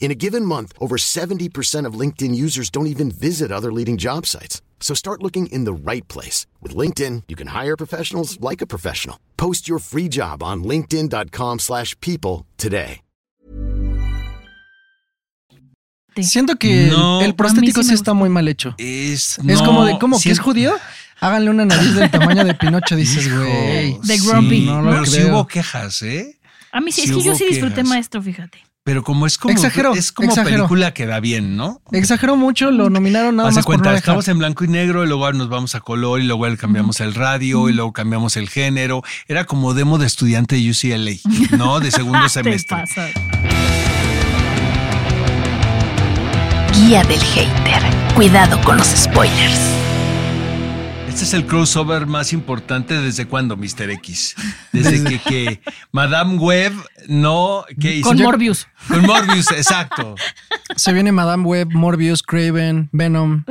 In a given month, over 70% of LinkedIn users don't even visit other leading job sites. So start looking in the right place. With LinkedIn, you can hire professionals like a professional. Post your free job on linkedin.com/people slash people today. Siento que No. el prostético A mí sí, sí me está muy mal hecho. Es, es no, como de, ¿cómo? ¿Que es siento- judío? Háganle una nariz del tamaño de Pinocho, dices, Hijo, güey. De sí, Grumpy. no lo Pero creo. sí hubo hubo quejas, ¿eh? A mí sí, Sí es que yo hubo sí disfruté quejas. maestro, fíjate. Pero como es como, Exagero, es como exagero. película que da bien, ¿no? Exageró mucho, lo nominaron nada Haz de más por cuenta, no dejar. estamos en blanco y negro y luego nos vamos a color y luego cambiamos el radio y luego cambiamos el género. Era como demo de estudiante de UCLA, ¿no? De segundo semestre. Te pasas. Guía del hater. Cuidado con los spoilers. Este es el crossover más importante desde cuándo, Mr. X. Desde que, que Madame Web no... ¿qué hizo? Con Morbius. Con Morbius, exacto. Se viene Madame Web, Morbius, Craven, Venom.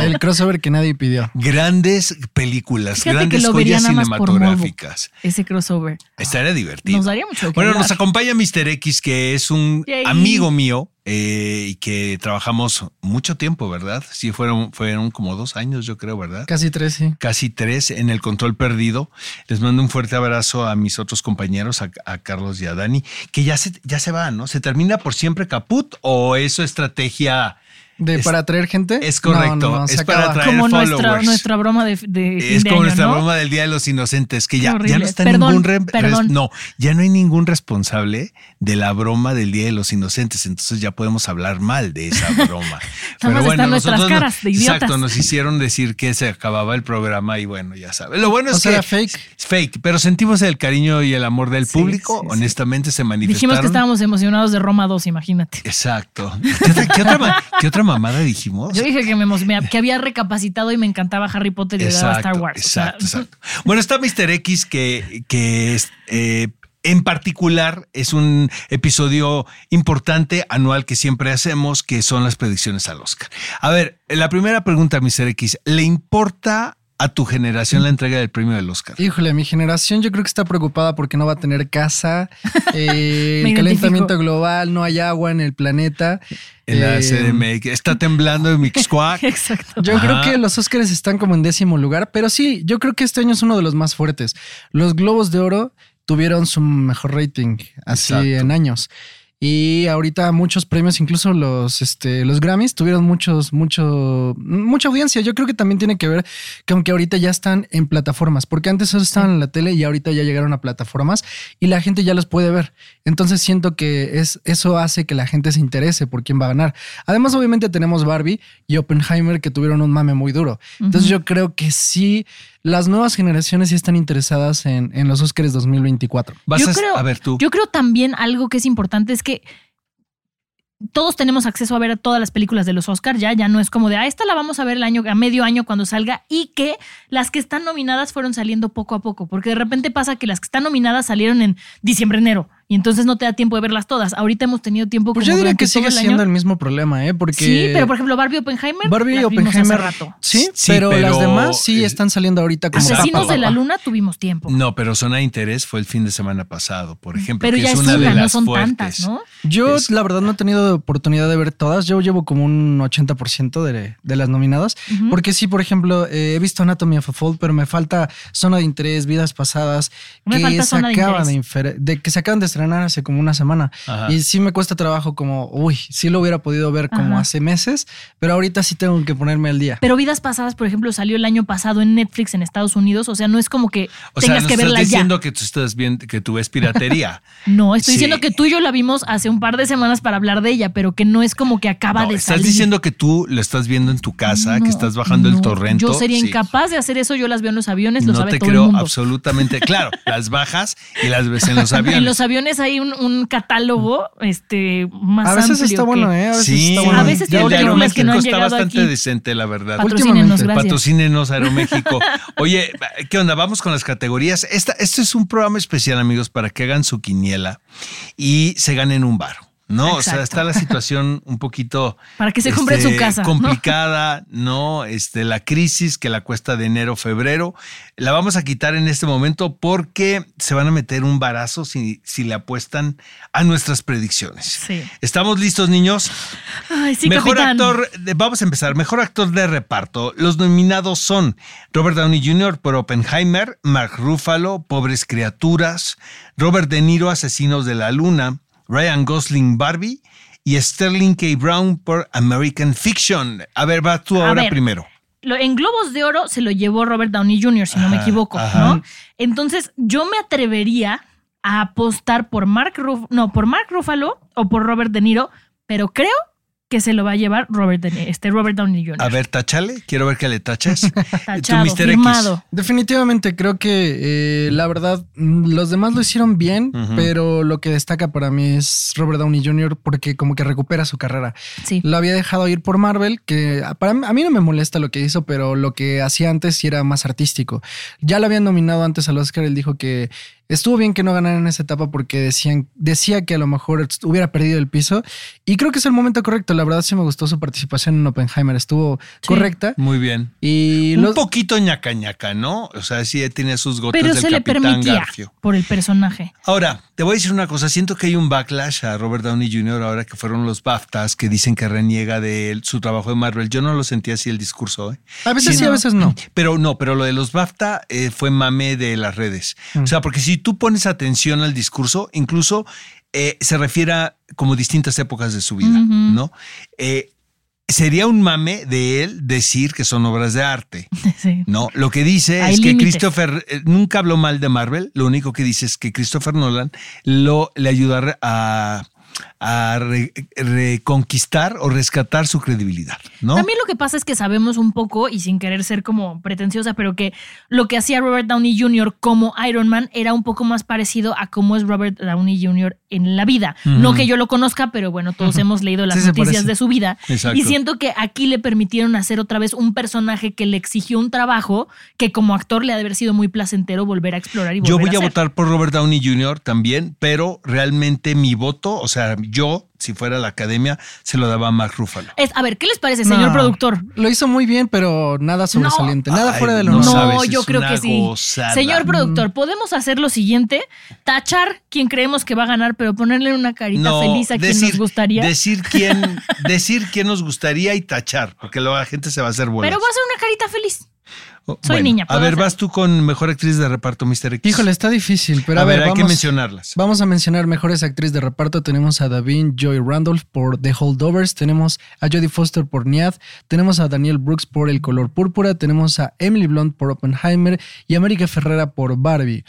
El crossover que nadie pidió. Grandes películas, Fíjate grandes que lo vería joyas nada más por morbo, cinematográficas. ese crossover. Estaría divertido. Nos daría mucho que Bueno, hablar. nos acompaña Mr. X, que es un Yay. amigo mío eh, y que trabajamos mucho tiempo, ¿verdad? Sí, fueron, fueron como dos años, yo creo, ¿verdad? Casi tres, sí. Casi tres en el control perdido. Les mando un fuerte abrazo a mis otros compañeros, a, a Carlos y a Dani, que ya se, ya se van, ¿no? ¿Se termina por siempre Caput o es su estrategia? ¿De Es- para atraer gente? es correcto, No, no, es se para acaba. atraer- Como nuestra, followers. nuestra broma de, de fin Es de año, como nuestra ¿no? broma del Día de los Inocentes, que Qué ya, ya no horrible. está Perdón, ningún re- perdón. res- no, ya no hay ningún responsable de la broma del Día de los Inocentes, entonces ya podemos hablar mal de esa broma. más están nuestras nosotros no- caras de idiotas. exacto, nos hicieron decir que se acababa el programa y bueno, ya sabes. Lo bueno O es sea, que era fake. es fake, pero sentimos el cariño y el amor del Sí, público, sí, sí. honestamente se manifestaron. Dijimos que estábamos emocionados de Roma 2, imagínate. Exacto. ¿Qué otra, qué otra ma- qué otra mamada dijimos? Yo dije que, me emo- me- que había recapacitado y me encantaba Harry Potter y le daba Star Wars. o sea, Exacto, exacto. Bueno, está Mr. X que, que es, eh, en particular es un episodio importante anual que siempre hacemos, que son las predicciones al Oscar. A ver, la primera pregunta, Mr. X, ¿le importa a tu generación la entrega del premio del Oscar? Híjole, mi generación yo creo que está preocupada porque no va a tener casa, eh, Me el calentamiento identifico. global, no hay agua en el planeta. En la Eh, CDMX. Está temblando en Mixcoac. Exacto. Yo Ajá. creo que los Óscares están como en décimo lugar, pero sí, yo creo que este año es uno de los más fuertes. Los Globos de Oro tuvieron su mejor rating así Exacto. en años. Y ahorita muchos premios, incluso los, este, los Grammys, tuvieron muchos, mucho, mucha audiencia. Yo creo que también tiene que ver que aunque ahorita ya están en plataformas, porque antes solo estaban en la tele y ahorita ya llegaron a plataformas y la gente ya los puede ver. Entonces siento que es, eso hace que la gente se interese por quién va a ganar. Además, obviamente tenemos Barbie y Oppenheimer que tuvieron un mame muy duro. Entonces yo creo que sí, las nuevas generaciones sí están interesadas en, en los Óscares 2024. Vas Yo a, creo- a ver tú. Yo creo también algo que es importante es que todos tenemos acceso a ver todas las películas de los Oscars, ya, ya no es como de, ah, esta la vamos a ver el año, a medio año cuando salga, y que las que están nominadas fueron saliendo poco a poco, porque de repente pasa que las que están nominadas salieron en diciembre, enero, y entonces no te da tiempo de verlas todas. Ahorita hemos tenido tiempo Pues como yo diría que durante todo sigue el año. siendo el mismo problema, ¿eh? Porque Sí, pero por ejemplo, Barbie Oppenheimer. Barbie y las vimos hace Oppenheimer. rato. Sí, Sí, pero, pero- las demás sí están saliendo ahorita como Asesinos papa, de la papa. Luna tuvimos tiempo. No, pero Zona de Interés fue el fin de semana pasado, por ejemplo. pero que ya es es una, de una, las no son fuertes. tantas, ¿no? Yo, Es- la verdad, no he tenido oportunidad de ver todas. Yo llevo como un 80% de, de las nominadas. Porque sí, por ejemplo, eh, he visto Anatomy of a Fall, pero me falta Zona de Interés, Vidas Pasadas, Me que falta se, Zona de acaba de infer- de- que se acaban de estrenar hace como una semana. Ajá. Y sí me cuesta trabajo como, uy, sí lo hubiera podido ver como Ajá. hace meses, pero ahorita sí tengo que ponerme al día. Pero Vidas Pasadas, por ejemplo, salió el año pasado en Netflix en Estados Unidos. O sea, no es como que O sea, tengas nos que estás verla ya. diciendo que tú estás viendo, que tú ves piratería. No, estoy Sí. diciendo que tú y yo la vimos hace un par de semanas para hablar de ella, pero que no es como que acaba No, de estás salir. diciendo que tú lo estás viendo en tu casa, que No, estás bajando el no. torrento. Yo sería Sí. incapaz de hacer eso. Yo las veo en los aviones, lo No sabe te todo creo el mundo. absolutamente. Claro, las bajas y las ves en los aviones. En los tienes ahí un, un catálogo este, más A veces amplio está bueno, que- ¿eh? A veces Sí, está bueno. A veces el tiene de tenemos Aeroméxico más que no han está llegado bastante aquí. decente, la verdad. Patrocínenos, Últimamente. gracias. Patrocínenos Aeroméxico. Oye, ¿qué onda? Vamos con las categorías. Esta, este es un programa especial, amigos, para que hagan su quiniela y se ganen un bar. No, o sea, Exacto. está la situación un poquito Para que se compren este, su casa. ¿no? Complicada, ¿no? Este, la crisis que la cuesta de enero, febrero. La vamos a quitar en este momento porque se van a meter un barazo si, si le apuestan a nuestras predicciones. Sí. ¿Estamos listos, niños? Ay, sí, mejor capitán. actor, de- vamos a empezar. Mejor actor de reparto. Los nominados son Robert Downey Jr. por Oppenheimer, Mark Ruffalo, Pobres Criaturas, Robert De Niro, Asesinos de la Luna, Ryan Gosling, Barbie y Sterling K. Brown por American Fiction. A ver, va tú A ahora ver. primero. Lo- en Globos de Oro se lo llevó Robert Downey Jr., si no me Ajá, equivoco, ajá. ¿no? Entonces, yo me atrevería a apostar por Mark Ruff no, por Mark Ruffalo o por Robert De Niro, pero creo que se lo va a llevar Robert, De Ni- este Robert Downey Jr. A ver, tachale. Quiero ver que le taches. Tachado, Mr. X. firmado. Definitivamente creo que eh, la verdad mm, los demás lo hicieron bien, Ujú. pero lo que destaca para mí es Robert Downey Jr. porque como que recupera su carrera. Sí. Lo había dejado ir por Marvel, que a- para mí, a mí no me molesta lo que hizo, pero lo que hacía antes sí era más artístico. Ya lo habían nominado antes al Oscar, él dijo que estuvo bien que no ganaran en esa etapa porque decían, decía que a lo mejor hubiera perdido el piso y creo que es el momento correcto. La verdad sí me gustó su participación en Oppenheimer, estuvo Sí. correcta. Muy bien. Y un los- poquito ñaca ñaca, ¿no? O sea, sí tenía sus gotas Pero del se le Capitán permitía Garfio. por el personaje. Ahora, te voy a decir una cosa. Siento que hay un backlash a Robert Downey Jr. ahora que fueron los BAFTAs que dicen que reniega de él, su trabajo de Marvel. Yo no lo sentí así el discurso, ¿eh? a veces sí, a veces no. Pero no, pero lo de los BAFTA eh, fue mame de las redes. O sea, porque si tú pones atención al discurso, incluso eh, se refiere a como distintas épocas de su vida, Ujú. ¿no? Eh, sería un mame de él decir que son obras de arte. Sí. No, lo que dice Hay es que límites. Christopher eh, nunca habló mal de Marvel. Lo único que dice es que Christopher Nolan lo le ayudará a, a re- reconquistar o rescatar su credibilidad, ¿no? También lo que pasa es que sabemos un poco, y sin querer ser como pretenciosa, pero que lo que hacía Robert Downey Jr. como Iron Man era un poco más parecido a cómo es Robert Downey Jr. en la vida. No que yo lo conozca, pero bueno, todos hemos leído las Sí, se noticias parece. de su vida. Exacto. Y siento que aquí le permitieron hacer otra vez un personaje que le exigió un trabajo que como actor le ha de haber sido muy placentero volver a explorar y volver Yo voy a hacer. votar por Robert Downey Jr. también, pero realmente mi voto, o sea, yo, si fuera la academia, se lo daba a Mark Ruffalo. Es- a ver, ¿qué les parece, señor No. productor? Lo hizo muy bien, pero nada sobresaliente, nada Ay, fuera de lo no normal. sabe. sabes, yo es creo una que sí. gozada. Señor productor, podemos hacer lo siguiente: tachar quien creemos que va a ganar, pero ponerle una carita feliz a quien nos gustaría. Decir quién, decir quién nos gustaría y tachar, porque luego la gente se va a hacer bolas. pero voy a hacer una carita feliz. Oh, Soy niña, A puedo ver, hacer. vas tú con mejor actriz de reparto, Mr. X. Híjole, está difícil, pero a, ver, hay vamos, que mencionarlas. Vamos a mencionar mejores actrices de reparto. Tenemos a Davin Joy Randolph por The Holdovers, tenemos a Jodie Foster por Niad, tenemos a Daniel Brooks por El Color Púrpura, tenemos a Emily Blunt por Oppenheimer y América Ferrera por Barbie.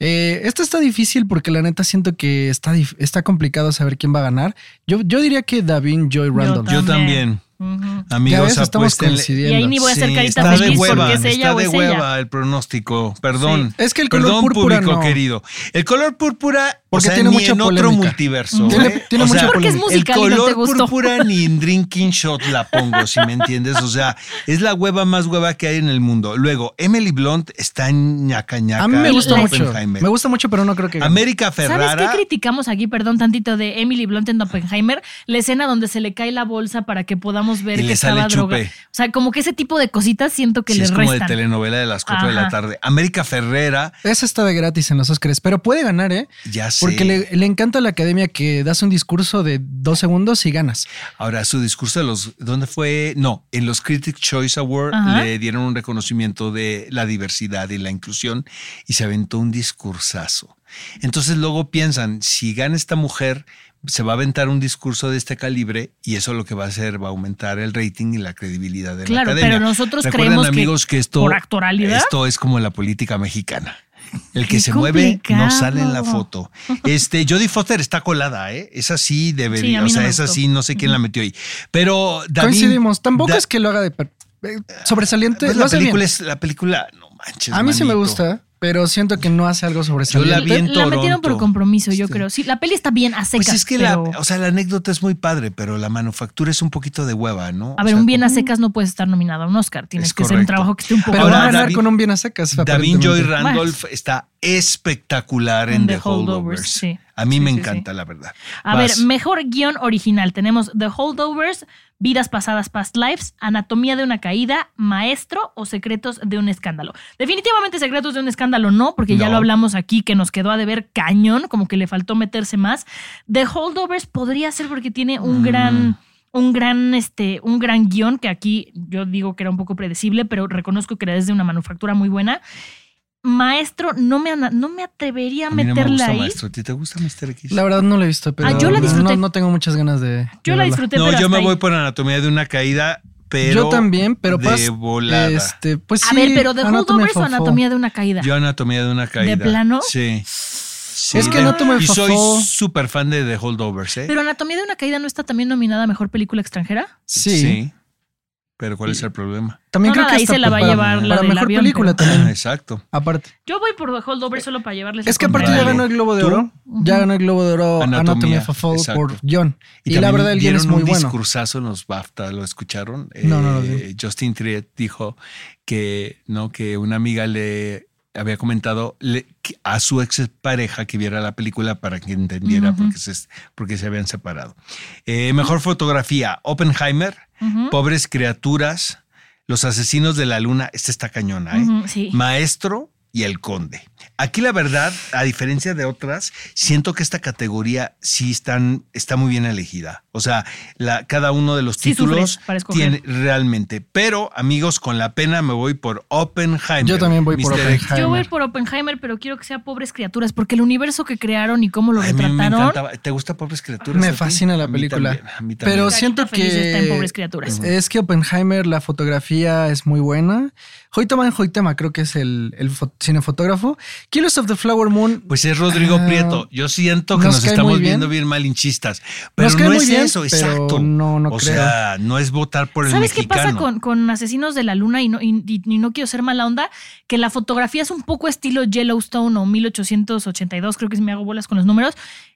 Eh, esta está difícil porque la neta siento que está, dif- está complicado saber quién va a ganar. Yo, yo diría que Davin Joy Randolph. Yo también. Ujú. Ya Amigos, ves, estamos apuéstenle. coincidiendo. Y ahí ni voy a hacer Sí, carita está feliz de hueva, porque es ella está o de es hueva ella. el pronóstico, perdón. Sí. Es que el color Perdón, púrpura público no. querido. El color púrpura, Porque o sea, tiene ni mucha en otro polémica. multiverso. Tiene- ¿eh? tiene O mucha sea, Porque es polémica. El musical y no te color gustó. púrpura ni en Drinking Shot la pongo, si me entiendes. O sea, es la hueva más hueva que hay en el mundo. Luego, Emily Blunt está en ñaca ñaca. A mí me en gusta la- mucho. Oppenheimer. Me gusta mucho, pero no creo que... gane. América ¿Sabes Ferrara. qué criticamos aquí, perdón, tantito de Emily Blunt en Oppenheimer? La escena donde se le cae la bolsa para que podamos ver Y le que sale estaba droga. O chupe. sea, como que ese tipo de cositas siento que Sí, le es como de restan. telenovela de las 4 de la Ajá. tarde. América Ferrera, Esa está de gratis en los Oscars, pero puede ganar, ¿eh? ya sé. Porque le, le encanta a la academia que das un discurso de dos segundos y ganas. Ahora, su discurso de los. ¿Dónde fue? No, en los Critic Choice Award Ajá. le dieron un reconocimiento de la diversidad y la inclusión y se aventó un discursazo. Entonces, luego piensan, si gana esta mujer, se va a aventar un discurso de este calibre y eso lo que va a hacer va a aumentar el rating y la credibilidad de Claro, la academia. pero nosotros Recuerden, creemos que amigos, que, esto, por actualidad- esto es como la política mexicana. El que Qué se mueve no sale en la complicado. foto. Este, Jodie Foster está colada, ¿eh? Esa sí Sí, debería, a mí no o sea, me esa gustó. sí no sé quién la metió ahí. Pero David, Coincidimos. Tampoco Da- es que lo haga de per- eh, sobresaliente. pues lo la hace bien. película es la película, no manches. a mí sí me manito. gusta. pero siento que no hace algo sobresaliente. Yo la vi en La metieron Toronto. por compromiso, yo Sí. creo. Sí, la peli está bien a secas. Pues es que pero- la, o sea, la anécdota es muy padre, pero la manufactura es un poquito de hueva, ¿no? A O ver, sea, un bien a como- secas no puedes estar nominado a un Oscar. Tienes Es que hacer un correcto. trabajo que esté un poco Pero Ahora, va a más. ganar David- con un bien a secas. Davin Joy aparentemente. Randolph está espectacular en En The, The Holdovers. Holdovers, sí. A mí Sí, me sí, encanta, la verdad. A Vas. ver, mejor guión original. Tenemos The Holdovers, Vidas Pasadas, Past Lives, Anatomía de una Caída, Maestro o Secretos de un Escándalo. Definitivamente Secretos de un Escándalo no, porque ya No. lo hablamos aquí que nos quedó a deber cañón, como que le faltó meterse más. The Holdovers podría ser porque tiene Mm. un gran... Un gran, este, un gran guión que aquí yo digo que era un poco predecible, pero reconozco que era desde una manufactura muy buena. Maestro, no me, ana- no me atrevería a A mí no meterla me gusta, ahí. maestro. ¿A ti te gusta Mr. X? La verdad no la he visto, pero Ah, yo la disfruté. No, no tengo muchas ganas de. de Yo verla. la disfruté, no, pero yo me hasta ahí. voy por Anatomía de una Caída, pero. Yo también, pero De pas- volada. Este, pues A sí, ver, pero de Anatomy Holdovers of o a Fall. Anatomía de una Caída. Yo Anatomía de una Caída. plano? Sí. Sí, Es que de- Anatomy of Y a soy Fall- súper fan de The Holdovers, ¿eh? Pero Anatomía de una Caída no está también nominada a Mejor Película Extranjera. Sí. Pero ¿cuál es el problema? También No, creo nada, que Ah, ahí hasta se la va a para- llevar la para del mejor avión, película pero- también. Exacto. Aparte. Yo voy por The Holdover solo para llevarles Es que la aparte contraria. ya Dale. ganó el Globo de ¿Tú? Oro. Ya ganó el Globo de Oro Anatomía, Anatomía of a Fall exacto. por John. Y, la también verdad, el guión es dieron muy un bueno. discursazo en los BAFTA, ¿lo escucharon? No, no lo Eh, Justin Triet dijo que, ¿no? que una amiga le había comentado le- que a su ex pareja que viera la película para que entendiera por, qué se, por qué se habían separado. Eh, mejor fotografía, Oppenheimer, Ujú, Pobres Criaturas, Los Asesinos de la Luna, esta está cañona, ¿eh? ujú, sí. Maestro y el Conde. Aquí la verdad, a diferencia de otras, siento que esta categoría sí están, está muy bien elegida. O sea, la, cada uno de los Sí títulos sufres para escoger. tiene realmente. Pero amigos, con la pena me voy por Oppenheimer. Yo también voy por Mr. X. Oppenheimer. Yo voy por Oppenheimer, pero quiero que sea Pobres Criaturas, porque el universo que crearon y cómo lo Ay, a mí me retrataron. encantaba. ¿Te gusta Pobres Criaturas? Me a ti? fascina la A mí película. también, a mí también. Pero Carita siento que. feliz está en Pobres Criaturas. Es que Oppenheimer, la fotografía es muy buena. Hoytema en Hoytema, creo que es el, el fo- cinefotógrafo. Killers of the Flower Moon. Pues es Rodrigo Ah, Prieto. Yo siento que nos nos, cae estamos muy bien. viendo bien malinchistas. Pero Nos cae no muy es bien, eso, pero exacto. no, no o creo. sea, no es votar por el ¿Sabes qué mexicano. pasa con, con Asesinos de la Luna? Y no, y- y- y no quiero ser mala onda, que la fotografía es un poco estilo Yellowstone o 1882, creo que si me hago bolas con los números.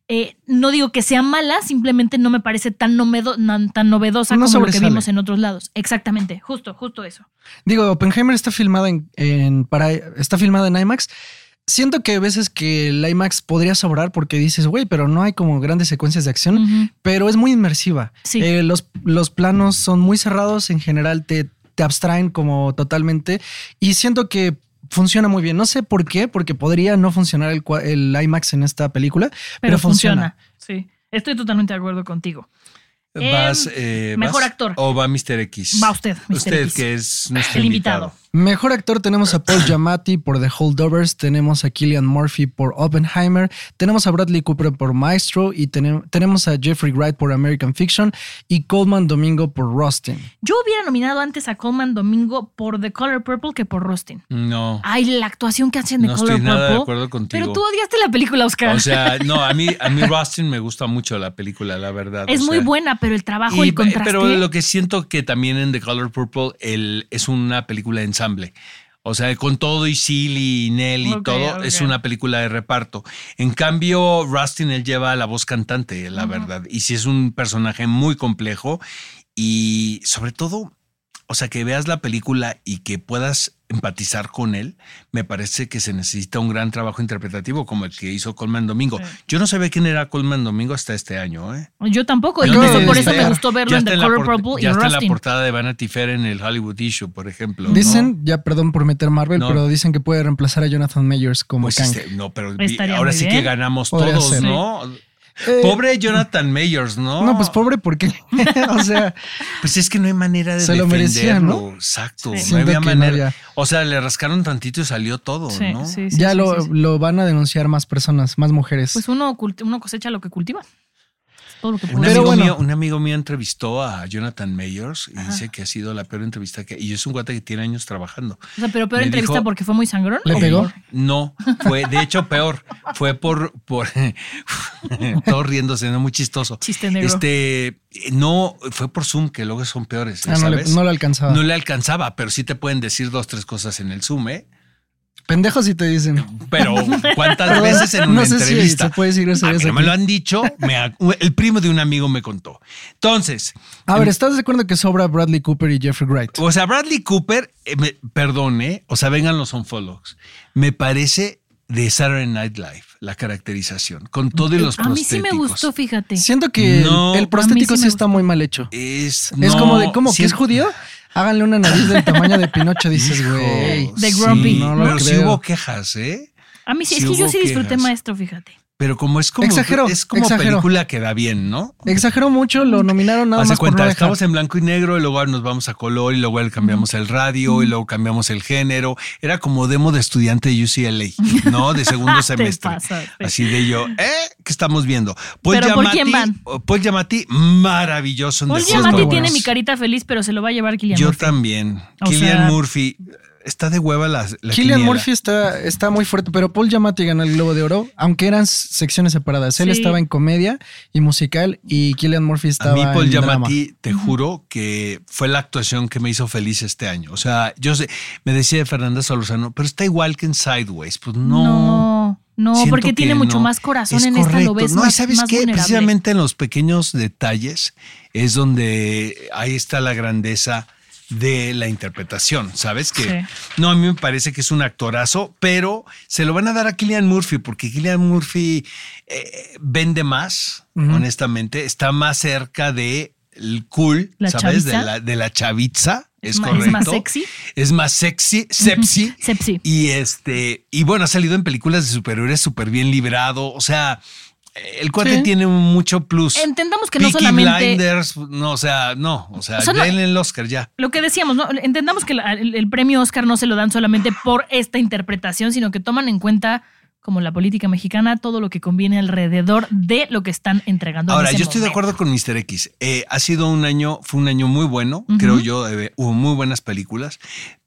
Eh, no digo que sea mala, simplemente no me parece tan, novedo- nan- tan novedosa No como lo sobresale. que vimos en otros lados. Exactamente, justo, justo eso. Digo, Oppenheimer está filmada en, en- para, está filmada en IMAX. Siento que hay veces que el IMAX podría sobrar porque dices, güey, pero no hay como grandes secuencias de acción, Ujú. pero es muy inmersiva. Sí. Eh, los, los planos son muy cerrados, en general te, te abstraen como totalmente y siento que funciona muy bien. No sé por qué, porque podría no funcionar el, cua- el IMAX en esta película, pero, funciona. Sí, estoy totalmente de acuerdo contigo. Vas, Em, eh, mejor vas actor. O va Mr. X. Va usted, Mr. Usted X. que es nuestro El invitado. invitado. Mejor actor tenemos a Paul Giamatti por The Holdovers, tenemos a Killian Murphy por Oppenheimer, tenemos a Bradley Cooper por Maestro y tenem- tenemos a Jeffrey Wright por American Fiction y Coleman Domingo por Rustin. Yo hubiera nominado antes a Coleman Domingo por The Color Purple que por Rustin. No. Ay, la actuación que hacen Ah, de No Color estoy Purple. nada de acuerdo contigo. Pero tú odiaste la película, Oscar. O sea, no, a mí, a mí Rustin me gusta mucho la película, la verdad. es o muy sea. buena, pero el trabajo, Y- el contraste. Pero lo que siento que también en The Color Purple el, es una película de ensamble. O sea, con todo y Silly y Nell y Ok, todo, ok. es una película de reparto. En cambio, Rustin, él lleva la voz cantante, la verdad. Y sí es un personaje muy complejo y sobre todo, o sea, que veas la película y que puedas empatizar con él, me parece que se necesita un gran trabajo interpretativo como el que hizo Colman Domingo. Sí. Yo no sabía quién era Colman Domingo hasta este año, ¿eh? Yo tampoco, y Yo no justo lo por he eso visto. me gustó verlo Ya en está The la Color porta- Purple y Ya está en la Rustin. portada de Vanity Fair en el Hollywood Issue, por ejemplo. ¿no? Dicen, ya perdón por meter Marvel, No. pero dicen que puede reemplazar a Jonathan Mayers como Pues, Kang. este, no, pero vi- Estaría ahora muy sí que bien. ganamos Podría todos, ser. ¿no? Eh, Pobre Jonathan Mayers, ¿no? No, pues pobre porque, o sea, Pues es que no hay manera de Se lo merecía, ¿no? defenderlo. Exacto. Sí. No Siento había que no manera. había. O sea, le rascaron tantito y salió todo, Sí, ¿no? sí, sí, ya sí, lo, sí, sí. lo van a denunciar más personas, más mujeres. Pues uno, culti- uno cosecha lo que cultiva. Todo lo que Un puede. Pero amigo, bueno. mío, un amigo mío entrevistó a Jonathan Mayers y dice que ha sido la peor entrevista que. Y es un guate que tiene años trabajando. O sea, pero peor me entrevista dijo- porque fue muy sangrón. ¿Le ¿o pegó? por- No, fue de hecho peor. Fue por, por todo riéndose, no muy chistoso. Chiste negro. Este, eh, no, fue por Zoom, que luego son peores. Ah, no, le, ¿sabes? no lo alcanzaba. No le alcanzaba, pero sí te pueden decir dos, tres cosas en el Zoom, ¿eh? Pendejos sí te dicen. Pero ¿cuántas veces en una no sé si entrevista? se puede decir eso, A mí es no aquí. me lo han dicho, me ha- el primo de un amigo me contó. Entonces, A ver, ¿estás de acuerdo que sobra Bradley Cooper y Jeffrey Wright? o sea, Bradley Cooper, eh, me- perdón, eh, o sea, vengan los onfologs, me parece de Saturday Night Live la caracterización, con todos los Eh, A mí prostéticos. sí me gustó, fíjate. Siento que el- No, el, a mí prostético sí, sí me está gustó. muy mal hecho. Es, es no, como de, ¿cómo? sí ¿Que es judío? Háganle una nariz del tamaño de Pinocho, dices, Hijo, güey. De sí, Grumpy, no lo pero sí creo. hubo quejas, ¿eh? A mí sí, Sí es que yo hubo sí disfruté quejas. maestro, fíjate. Pero como es como Exageró, es como exageró. película que da bien, ¿no? Exageró mucho, lo nominaron nada Hace más cuenta, por no dejar. estamos en blanco y negro y luego nos vamos a color y luego el- cambiamos el radio y luego cambiamos el género. Era como demo de estudiante de UCLA, ¿no? De segundo Te semestre. pasaste. Así de yo, ¿eh? ¿Qué estamos viendo? Pues Paul Pero ¿por Giamatti- quién van? Paul Giamatti, maravilloso en Paul The Giamatti Sandman. tiene buenos. mi carita feliz, pero se lo va a llevar Killian Yo Murphy. también. O Killian sea- Murphy. Está de hueva la, la Killian quiniela. Murphy está, está muy fuerte, pero Paul Giamatti ganó el Globo de Oro, aunque eran s- secciones separadas. Él Sí. estaba en comedia y musical y Killian Murphy estaba A mí Paul en drama. Giamatti, te juro que fue la actuación que me hizo feliz este año. O sea, yo sé, me decía Fernanda Solozano, pero está igual que en Sideways. Pues no. No, no, siento porque que tiene mucho no. más corazón Es en esta, correcto. lo ves no, y más, ¿sabes más qué? vulnerable. Precisamente en los pequeños detalles es donde ahí está la grandeza de la interpretación, ¿sabes? Que Sí. no, a mí me parece que es un actorazo, pero se lo van a dar a Killian Murphy porque Killian Murphy eh, vende más, Ujú. honestamente, está más cerca de el cool, La ¿sabes? De chaviza. la, de la chaviza, es, Es ma- es correcto. más sexy. Es más sexy, sepsi. Sepsi. Y este, y bueno, ha salido en películas de superhéroes súper bien librado. O sea, el cuate Sí. tiene mucho plus. Entendamos que no Peaky solamente- Blinders, no, o sea, no, o sea, O sea, no- denle el Oscar ya. Lo que decíamos, ¿no? entendamos que la- el, el premio Oscar no se lo dan solamente por esta interpretación, sino que toman en cuenta, como la política mexicana, todo lo que conviene alrededor de lo que están entregando. en Ahora, ese yo estoy de momento. acuerdo con Mr. X. Eh, ha sido un año, fue un año muy bueno, Ujú. creo yo, eh, hubo muy buenas películas,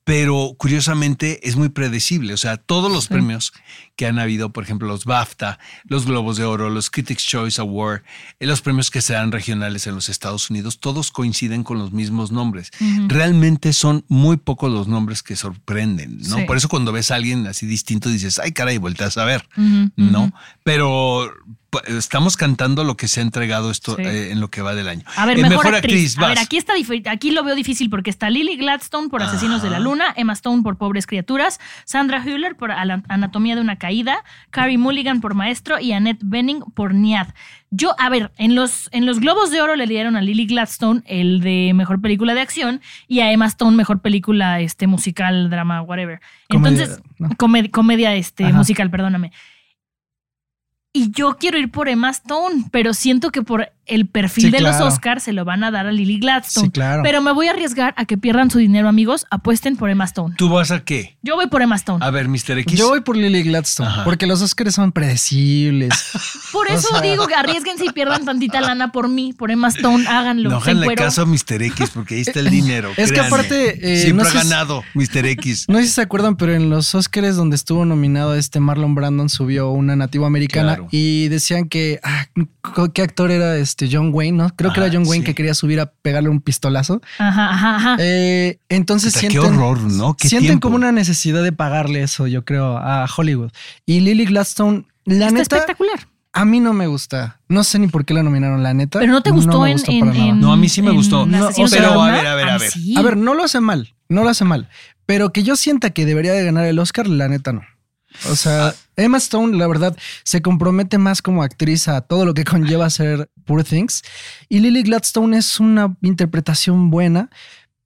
pero curiosamente es muy predecible. O sea, todos los premios que han habido, por ejemplo, los BAFTA, los Globos de Oro, los Critics Choice Award, eh, los premios que se dan regionales en los Estados Unidos, todos coinciden con los mismos nombres. Realmente son muy pocos los nombres que sorprenden, ¿no? Sí. Por eso cuando ves a alguien así distinto dices, ay, caray, volteas a ver. Ujú, ¿no? ujú. Pero pa- estamos cantando lo que se ha entregado esto Sí. eh, en lo que va del año. A ver, Eh, mejor, actriz. a vas. ver, aquí está difi- aquí lo veo difícil porque está Lily Gladstone por Asesinos de la Ajá. Luna, Emma Stone por Pobres Criaturas, Sandra Hüller por Ala- Anatomía de una Caída, Carrie Mulligan por Maestro y Annette Benning por Niad. Yo, a ver, en los, en los Globos de Oro le dieron a Lily Gladstone el de Mejor Película de Acción y a Emma Stone Mejor Película este, Musical, Drama, whatever. Comedia, Entonces, ¿no? comed- comedia este, Ajá. musical, perdóname. Y yo quiero ir por Emma Stone, pero siento que por el perfil Sí, de claro. los Oscars se lo van a dar a Lily Gladstone. Sí, claro. Pero me voy a arriesgar a que pierdan su dinero, amigos. Apuesten por Emma Stone. ¿Tú vas a qué? Yo voy por Emma Stone. Ah, A ver, Mr. X. Yo voy por Lily Gladstone, Ajá. porque los Oscars son predecibles. por eso sea- digo que arriesguense y pierdan tantita lana por mí, por Emma Stone. Háganlo. no se háganle encueró. caso a Mr. X porque ahí está el dinero. Es que créanme. aparte, eh, siempre no ha sé si- ganado Mr. X. No sé si se acuerdan, pero en los Oscars donde estuvo nominado este Marlon Brandon subió una nativa americana Claro. y decían que ah, co- qué actor era este John Wayne, ¿no? Creo que Ajá, era John Wayne sí. que quería subir a pegarle un pistolazo. Ajá, ajá, ajá. Eh, entonces Puta, sienten, qué horror, ¿no? Qué sienten tiempo. como una necesidad de pagarle eso, yo creo, a Hollywood. Y Lily Gladstone, la Está neta, espectacular. a mí no me gusta. No sé ni por qué la nominaron, la neta. Pero no te gustó, me en, gusta en- para nada. en- No, a mí sí me en gustó. No, Asesinos pero de la a Luna? ver, a ver, a mí ver. sí. A ver, no lo hace mal, no lo hace mal, pero que yo sienta que debería de ganar el Oscar, la neta no. O sea, Emma Stone, la verdad, se compromete más como actriz a todo lo que conlleva hacer Poor Things. Y Lily Gladstone es una interpretación buena,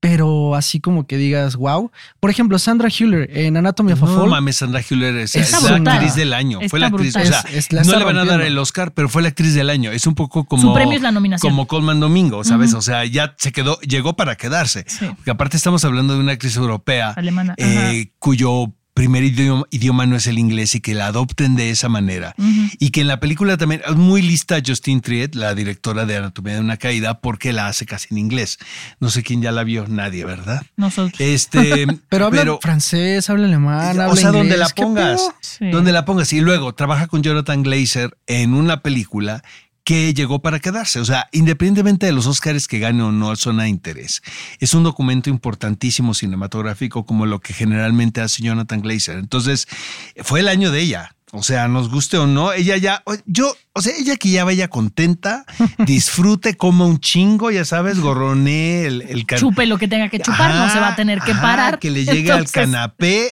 pero así como que digas, wow. Por ejemplo, Sandra Hüller en Anatomy of a No Fall. mames, Sandra Hüller es, Está es la brutal. actriz del año. Está fue la actriz. brutal. O sea, Es- es- la no está le van a dar rompiendo. el Oscar, pero fue la actriz del año. Es un poco como. Su premio es la nominación. Como Colman Domingo, ¿sabes? O sea, ya se quedó, llegó para quedarse. Sí. Porque aparte estamos hablando de una actriz europea. Alemana, eh, cuyo primer idioma, idioma no es el inglés y que la adopten de esa manera. Y que en la película también es muy lista Justine Triet, la directora de Anatomía de una Caída, porque la hace casi en inglés. No sé quién ya la vio, nadie, ¿verdad? Nosotros. Este, pero habla francés, habla alemán, habla o sea, donde la inglés, ¿qué pongas. pedo? Sí. Donde la pongas. Y luego trabaja con Jonathan Glazer en una película que llegó para quedarse. O sea, independientemente de los Óscares que gane o no, son a interés. Es un documento importantísimo cinematográfico como lo que generalmente hace Jonathan Glazer. Entonces, fue el año de ella. O sea, nos guste o no, ella ya, o- yo, o sea, ella que ya vaya contenta, disfrute, coma un chingo, ya sabes, gorrone el, el can- Chupe lo que tenga que chupar, no Ajá, se va a tener que ajá, parar. Que le llegue Entonces, al canapé.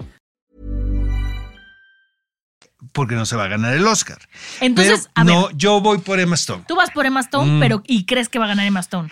porque no se va a ganar el Oscar. Entonces, Pero a ver, no, yo voy por Emma Stone. tú vas por Emma Stone, pero y crees que va a ganar Emma Stone.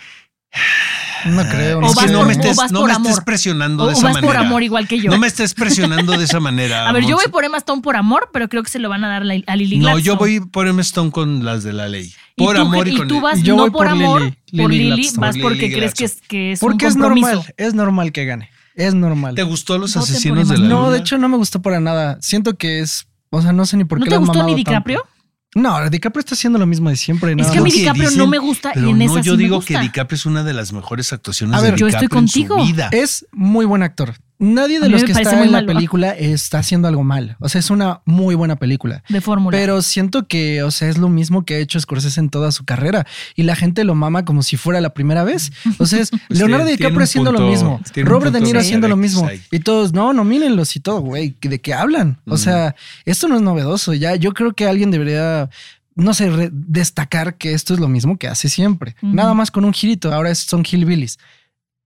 No eh, creo. o no Es que vas creo. no por- me estés, o vas no por me amor. estés presionando O- de o esa vas por manera. amor igual que yo. No me estés presionando de esa manera. A ver, yo Monse. voy por Emma Stone por amor, pero creo que se lo van a dar a Lily Gladstone. No, yo voy por Emma Stone con las de la ley. Y Por tú, amor y, y con tú vas Y yo no voy por, por amor, Lily- por Lily Lily, Gladstone. vas Por porque Lily crees que es, Gladstone. que es Porque un es compromiso. normal. Es normal que gane. Es normal. ¿Te gustó Los Voten por Asesinos de Emma la Stone. Luna? No, de hecho no me gustó para nada. Siento que es. O sea, no sé ni por ¿No qué. la te han gustó mamado ni DiCaprio? tanto. No, DiCaprio está haciendo lo mismo de siempre. Es nada que a mí más. Porque DiCaprio no me gusta y pero en no, esa yo sí me digo gusta. que DiCaprio es una de las mejores actuaciones A de ver, yo estoy DiCaprio en su contigo. vida. Es muy buen actor. Nadie A de mí los me que parece está muy en la malo. película está haciendo algo mal. O sea, es una muy buena película. De fórmula. Pero siento que, o sea, es lo mismo que ha hecho Scorsese en toda su carrera y la gente lo mama como si fuera la primera vez. O sea, es Leonardo Pues tiene DiCaprio un haciendo lo punto- mismo, tiene un Robert De punto Niro de haciendo lo X mismo ahí. y todos, no, no mírenlos y todo, güey, ¿de qué hablan? O sea, esto no es novedoso. Ya, yo creo que alguien debería. No sé, re- destacar que esto es lo mismo que hace siempre. Ujú. Nada más con un girito. Ahora es- son hillbillies.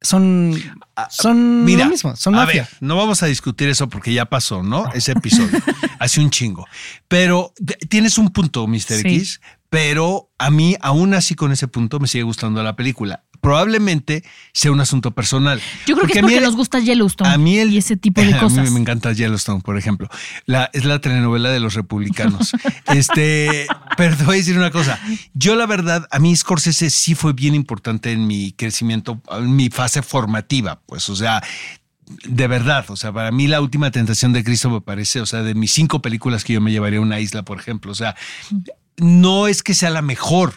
Son. Son Mira, lo mismo. Son a mafia. ver, no vamos a discutir eso porque ya pasó, ¿no? Ese episodio. Hace un chingo. Pero t- tienes un punto, Mr. Sí. X, pero a mí, aún así con ese punto, me sigue gustando la película. Probablemente sea un asunto personal. yo creo que es a mí porque el- nos gusta Yellowstone a mí el- y ese tipo de A cosas. mí me encanta Yellowstone, por ejemplo. La, es la telenovela de los republicanos. este, pero te voy a decir una cosa. Yo, la verdad, a mí Scorsese sí fue bien importante en mi crecimiento, en mi fase formativa. Pues, o sea, de verdad, o sea, para mí La Última Tentación de Cristo me parece, o sea, de mis cinco películas que yo me llevaría a una isla, por ejemplo, o sea, no es que sea la mejor,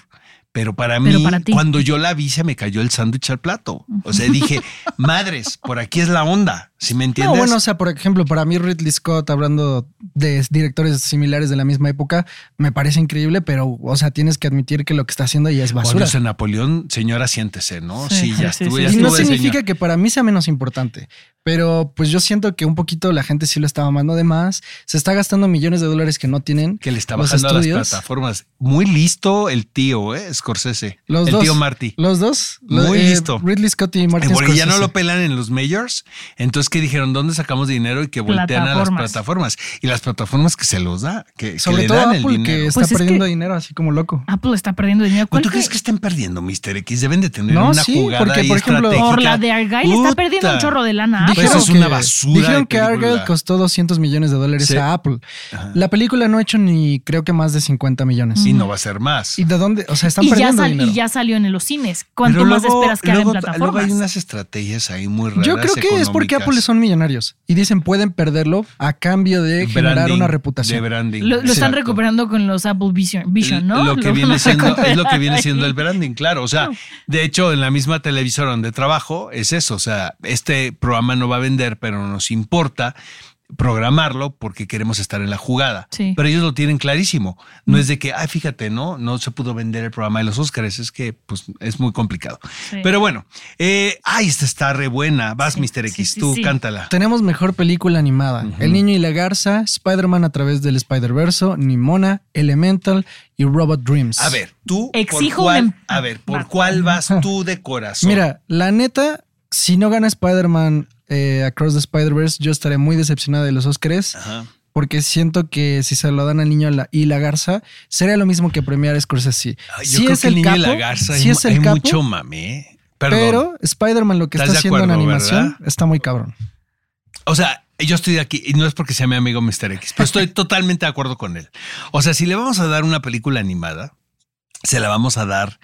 pero para Pero mí, para ti. cuando yo la vi, se me cayó el sándwich al plato. O sea, dije, madres, por aquí es la onda, si me entiendes? No, bueno, o sea, por ejemplo, para mí Ridley Scott, hablando de directores similares de la misma época, me parece increíble, pero, o sea, tienes que admitir que lo que está haciendo ya es Cuando basura. es en Napoleón, señora, siéntese, ¿no? Sí, Sí, ya sí, estuve, sí, ya Y no estuve, significa señor. que para mí sea menos importante, pero pues yo siento que un poquito la gente sí lo está amando de más, se está gastando millones de dólares que no tienen. Que le está los bajando a las estudios. plataformas. Muy listo el tío, ¿eh? Scorsese. Los el dos. tío Marty. Los dos. Muy eh, listo. Ridley Scott y Martin Porque ya no Scorsese. lo pelan en los majors. Entonces, ¿qué dijeron? ¿Dónde sacamos dinero y que voltean a las Plataformas. plataformas? Y las plataformas que se los da, que, que Sobre le todo dan el Apple, que dinero. está Pues es perdiendo que- dinero así como loco. Apple está perdiendo dinero. ¿Pero ¿Cuál ¿Tú fue? crees que están perdiendo, Mr. X? Deben de tener No, una sí, jugada porque, ahí por ejemplo, estratégica. por la de Argyle está Puta. perdiendo un chorro de lana. Pues Apple. eso es una basura de Dijeron que película. Argyle costó 200 millones de dólares Sí. a Apple. La película no ha hecho ni creo que más de 50 millones. Y no va a ser más. ¿Y de dónde? O sea, están Mm. y, ya perdiendo sal- dinero. y ya salió en los cines. ¿Cuánto Pero más luego- esperas que haga en luego- Luego hay plataformas? unas estrategias ahí muy raras. Yo creo que es porque económicas. Apple son millonarios y dicen pueden perderlo a cambio de generar Branding, una De reputación. branding. Lo, lo están Exacto. recuperando con los Apple Vision, Vision ¿no? Lo que viene siendo, es lo que viene siendo el branding, claro. O sea, de hecho, en la misma televisora donde trabajo es eso. O sea, este programa no va a vender, pero nos importa programarlo porque queremos estar en la jugada. Sí. Mm. Pero ellos lo tienen clarísimo. No es de que, ay, fíjate, no, no se pudo vender el programa de los Óscares. Es que pues, es muy complicado. Sí. Pero bueno, eh, ay, esta está re buena. Vas, Sí, Mr. X, sí, sí, tú sí. cántala. Tenemos mejor película animada: El niño y la garza, Spider-Man a través del Spider-Verso, Nimona, Elemental y Robot Dreams. A ver, tú. Exijo por cuál, un em- A ver, ¿por Va. cuál vas tú de corazón? Mira, la neta, si no gana Spider-Man eh, Across the Spider-Verse, yo estaré muy decepcionada de los Oscars. Ajá. porque siento que si se lo dan al niño la- y la garza, sería lo mismo que premiar a Scorsese. Ay, Yo Si creo es que el el niño y capo, la garza si hay, es el hay capo, mucho mame. ¿eh? Perdón. pero Spider-Man lo que ¿Estás está de haciendo en acuerdo, animación verdad? está muy cabrón. O sea, yo estoy de aquí y no es porque sea mi amigo Mr. X, pero estoy totalmente de acuerdo con él. O sea, si le vamos a dar una película animada, se la vamos a dar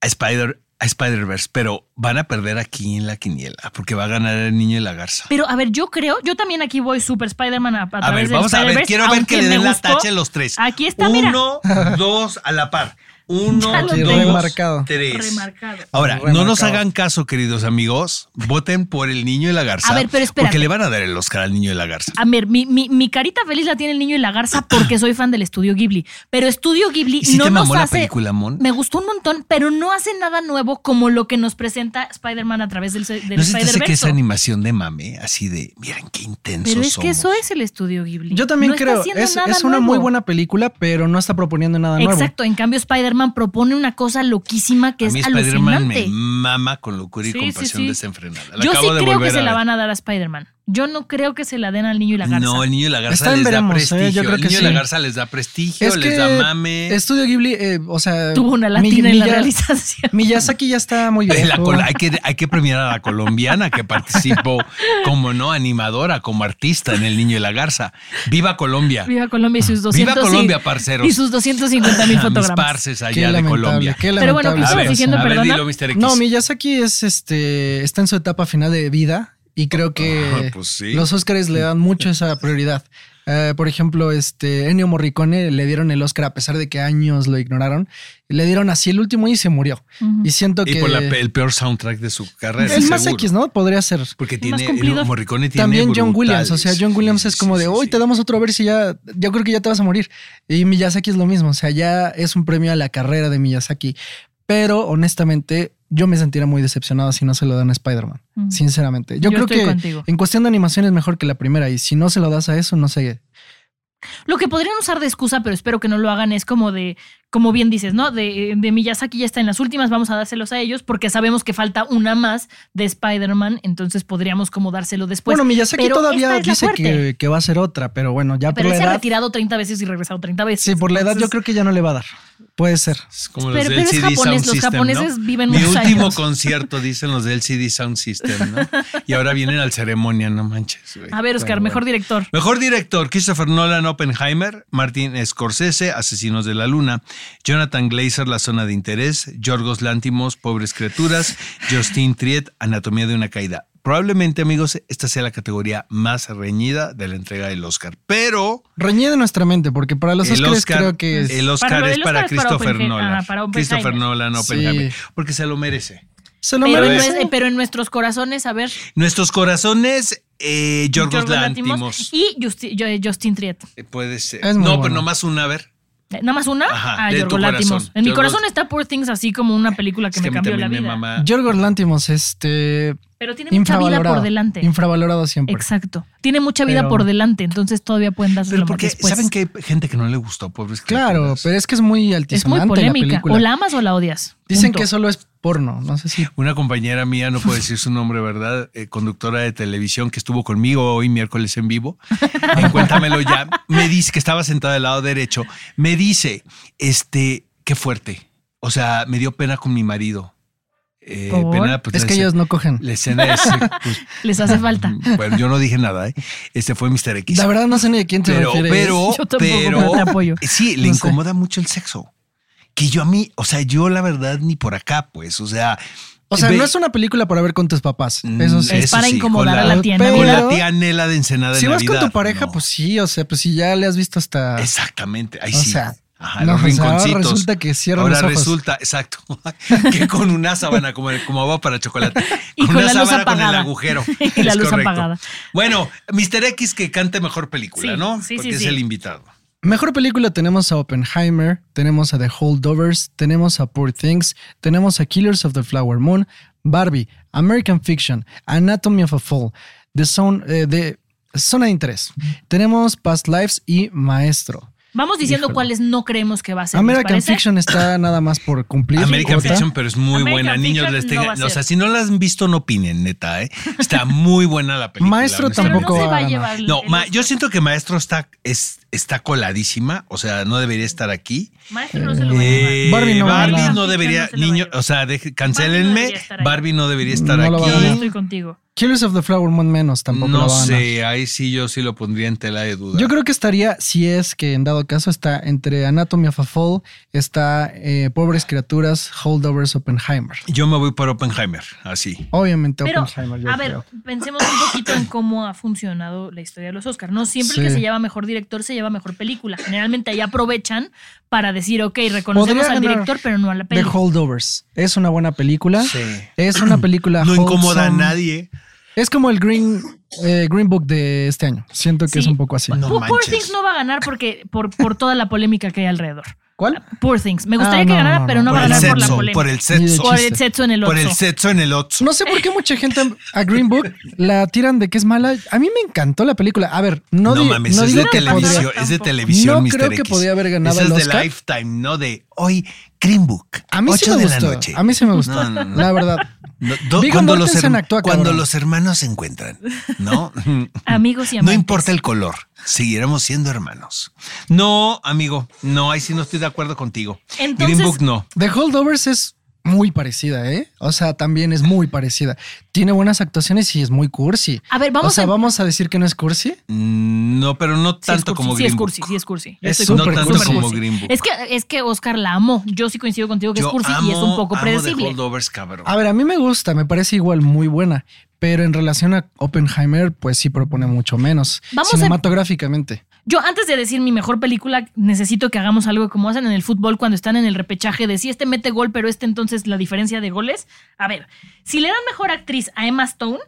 a Spider a Spider-Verse, pero van a perder aquí en la quiniela porque va a ganar el niño y la garza. Pero a ver, yo creo, yo también aquí voy super Spider-Man a, a A través ver, del vamos a ver, Spider-Verse, quiero ver que aunque le me den la gustó. tacha a los tres. Aquí está, mira. Uno, dos, a la par. Uno, Ya lo dos, tengo. Remarcado. tres. Remarcado. Ahora, no Remarcado. nos hagan caso, queridos amigos. Voten por el niño y la garza. A ver, pero espérate. Porque le van a dar el Oscar al niño y la garza. A ver, mi, mi- mi carita feliz la tiene el niño y la garza porque soy fan del estudio Ghibli. Pero estudio Ghibli ¿Y si no te nos mamó la hace. película, Mon? Me gustó un montón, pero no hace nada nuevo como lo que nos presenta Spider-Man a través del, del no sé si Spider-Verse. que es animación de mame, así de, miren qué intenso pero es que eso es el estudio Ghibli. Yo también No está creo, haciendo es, nada es una muy nuevo. buena película, pero no está proponiendo nada nuevo. Exacto, en cambio Spider-Man propone una cosa loquísima que a mí es Spider-Man me alucinante. mama con locura y Sí, sí, compasión sí. desenfrenada. La Yo sí acabo de creo que volver se a la ver. van a dar a Spider-Man. Yo no creo que se la den al niño y la garza. No, el niño y la garza Está en les da veremos, ¿eh? Yo prestigio. creo el que niño y la sí. garza les da prestigio, les da mame. Estudio Ghibli, eh, o sea. Tuvo una Mi- latina en la Miya- realización. Miyazaki ya está muy bien. La col- hay, que, hay que premiar a la colombiana que participó como no animadora, como artista en El Niño y la Garza. ¡Viva Colombia! Viva Colombia y sus 200 ¡Viva Colombia, y, parceros! y sus 250 mil A Ah, mis fotogramas. parces Qué allá de lamentable, Colombia. qué Pero lamentable bueno, ¿qué A ver, estabas diciendo, a ver, perdona? dilo, Mr. X. No, Miyazaki es este está en su etapa final de vida y creo que Ah, pues sí. los Oscars le dan mucho esa prioridad. Eh, por ejemplo, este Ennio Morricone le dieron el Oscar a pesar de que años lo ignoraron. Le dieron así el último y se murió. Y siento y que por la pe- el peor soundtrack de su carrera. el más seguro. X, ¿no? Podría ser. Porque más tiene cumplido. el Morricone tiene También John brutales. Williams, o sea, John Williams Sí, es como sí, de, sí, hoy sí. te damos otro a ver si ya, yo creo que ya te vas a morir. Y Miyazaki es lo mismo, o sea, ya es un premio a la carrera de Miyazaki. Pero honestamente, yo me sentiría muy decepcionado si no se lo dan a Spider-Man, Mm. sinceramente. Yo, Yo creo estoy que contigo. en cuestión de animación es mejor que la primera y si no se lo das a eso, no sé. Lo que podrían usar de excusa, pero espero que no lo hagan, es como de, como bien dices, ¿no? De, de Miyazaki ya está en las últimas, vamos a dárselos a ellos porque sabemos que falta una más de Spider-Man, entonces podríamos como dárselo después. bueno, Miyazaki Pues, pero todavía esta es la dice fuerte. que, que va a ser otra, pero bueno, ya Pero por él la se ha edad. retirado 30 veces y regresado 30 veces. Sí, por la edad yo creo que ya no le va a dar. Puede ser. Es como los Pero- del pero es CD japonés, Sound los System, japoneses ¿no? viven Mi muchos último años. concierto, dicen los del CD Sound System, ¿no? Y ahora vienen al ceremonia, no manches. güey. A ver, Oscar, Bueno, mejor bueno. director. Mejor director, Christopher Nolan, Oppenheimer, Martin Scorsese, Asesinos de la Luna, Jonathan Glazer, La Zona de Interés, Yorgos Lántimos, Pobres Criaturas, Justin Triet, Anatomía de una Caída. Probablemente, amigos, esta sea la categoría más reñida de la entrega del Oscar, pero... Reñede nuestra mente, porque para los el Oscars Oscar, creo que es- el Oscar Para lo es del para Oscar es para Christopher Oppenheimer. Nolan. Ah, para Oppenheimer. Christopher Nolan, Oppenheimer. Porque se lo merece. se lo Pero en, merece. nue- eh, pero en nuestros corazones, a ver. Nuestros corazones, eh, Yorgos Yorgos Lanthimos Lántimos. Y Justi- yo- Justin Triet. Eh, Puede ser. Es muy no, pero bueno. nomás una, a ver. Eh, Nada más una a Ajá, de tu Yorgos corazón. Lanthimos. En mi Yorgos- corazón está Poor Things así como una película que Es me a mí cambió la también me vida. mama. Yorgos Lantimos, este. Pero tiene mucha vida infravalorado. por delante. Infravalorado siempre. Exacto. Tiene mucha vida Pero- por delante, entonces todavía pueden darse pero porque después. saben que hay gente que no le gustó, pobres Claro, criaturas? pero es que es muy es muy altisonante la polémica. película. O la amas o la odias. Dicen Punto. que solo es porno, no sé si. Una compañera mía, no puedo decir su nombre, ¿verdad? Eh, conductora de televisión que estuvo conmigo hoy miércoles en vivo. En Cuéntamelo ya. Me dice que estaba sentada del lado derecho. Me dice, este, qué fuerte. O sea, me dio pena con mi marido. Eh, ¿Por? pena, pues, Es la que escena- ellos no cogen. La escena es. pues, Les hace falta. bueno, yo no dije nada, ¿eh? Este fue Mr. X. La verdad no sé ni de quién te pero, refieres. pero, Yo tampoco, pero, pero te apoyo. Eh, sí, le No sé. incomoda mucho el sexo. Que yo a mí, o sea, yo la verdad ni por acá, pues, o sea. o sea, ve- no es una película para ver con tus papás. Mm, Eso sí. Es para con incomodar a la tía Pero- Con la Claro. tía Nela de Ensenada si en vas con Navidad, tu pareja, no. pues sí, o sea, pues si ya le has visto hasta. Exactamente, ahí O sí. sea, Ajá, no, los pues, ahora rinconcitos. resulta que cierran los Ahora ojos. resulta, exacto, que con una sábana como, como agua para chocolate. Y con una la luz sábana con el apagada. agujero. Y la Es luz correcto. apagada. Bueno, Mr. X que cante mejor película, Sí, ¿no? sí, sí, Porque es sí. el invitado. Mejor película tenemos a Oppenheimer, tenemos a The Holdovers, tenemos a Poor Things, tenemos a Killers of the Flower Moon, Barbie, American Fiction, Anatomy of a Fall, The Zone, eh, The Zona de Interés, tenemos Past Lives y Maestro. Vamos diciendo Híjole. cuáles no creemos que va a ser. ¿les American parece? Fiction está nada más por cumplir. su American cuota. Fiction, pero es muy American buena. Niños, Fiction les no tengan. va a o ser. sea, si no la han visto, no opinen, neta, ¿eh? Está muy buena la película. Maestro Pero honestamente. tampoco no se va va a a ganar. llevar. el- No, el ma- yo Oscar. siento que Maestro está, es, está coladísima, o sea, no debería estar aquí. Maestro no se lo va a llevar. Eh, Barbie Barbie no no, va a ganar. debería, No se lo va a niño, llevar. o sea, deje- Barbie no cancélenme. debería estar ahí. Barbie no debería estar No la va a No, ganar. no aquí. estoy contigo. Killers of the Flower Moon menos tampoco la No van a ganar. sé, ahí sí yo sí lo pondría en tela de duda. Yo creo que estaría, si es que en dado caso, está entre Anatomy of a Fall, está eh, Pobres Criaturas, Holdovers, Oppenheimer. Yo me voy por Oppenheimer, así. Obviamente Pero, Oppenheimer. yo a ver, creo. pensemos un poquito en cómo ha funcionado la historia de los Oscars. No siempre el que Sí. se lleva mejor director se lleva mejor película. Generalmente ahí aprovechan para decir, ok, reconocemos Podría al ganar director, pero no a la The película. Holdovers. Es una buena película. Sí. Es una película. No incomoda a wholesome. nadie. Es como el Green, eh, Green Book de este año. Siento que Sí. es un poco así. No Poor manches. Things no va a ganar porque por, por toda la polémica que hay alrededor. ¿Cuál? Poor Things. Me gustaría Ah, que no, ganara, no, pero no, no. va a por, el ganar por la sexo, polémica. por el Ni de sexo, Por chiste. el sexo en el por otro. el sexo en el otro. No sé por qué mucha gente a Green Book la tiran de que es mala. A mí me encantó la película. A ver, no, No, di- mames, no es, digo de que podría. televisión, es de televisión. No Mr. creo que X. podía haber ganado Esa el es de Oscar. Lifetime, no de hoy, Green Book. A mí sí ocho me de la gustó. noche. A mí sí me gustó. No, no, no. La verdad. No, do- Viggo cuando los, Mortensen her- actúa, cuando cabrón. los hermanos se encuentran, ¿no? Amigos y No amantes. importa el color, seguiremos siendo hermanos. No, amigo, no, ahí sí no estoy de acuerdo contigo. Entonces- Green Book no. The Holdovers es muy parecida, ¿eh? O sea, también es muy parecida. Tiene buenas actuaciones y es muy cursi. A ver, vamos o sea, a- vamos a decir que no es cursi. Mm, No, pero no Sí es tanto cursi, como sí Green es Book. cursi, sí es cursi. Yo Es estoy súper contigo, cursi. súper No tanto como Green Book. Es que, es que Oscar la amó. Yo sí coincido contigo que es Yo cursi y es amo- un poco amo predecible. The Holdovers, cabrón. A ver, a mí me gusta, me parece igual muy buena. Pero en relación a Oppenheimer, pues sí propone mucho menos. Vamos a- cinematográficamente. Yo antes de decir mi mejor película, necesito que hagamos algo como hacen en el fútbol cuando están en el repechaje de si este mete gol, pero este entonces la diferencia de goles. A ver, si le dan mejor actriz a Emma Stone,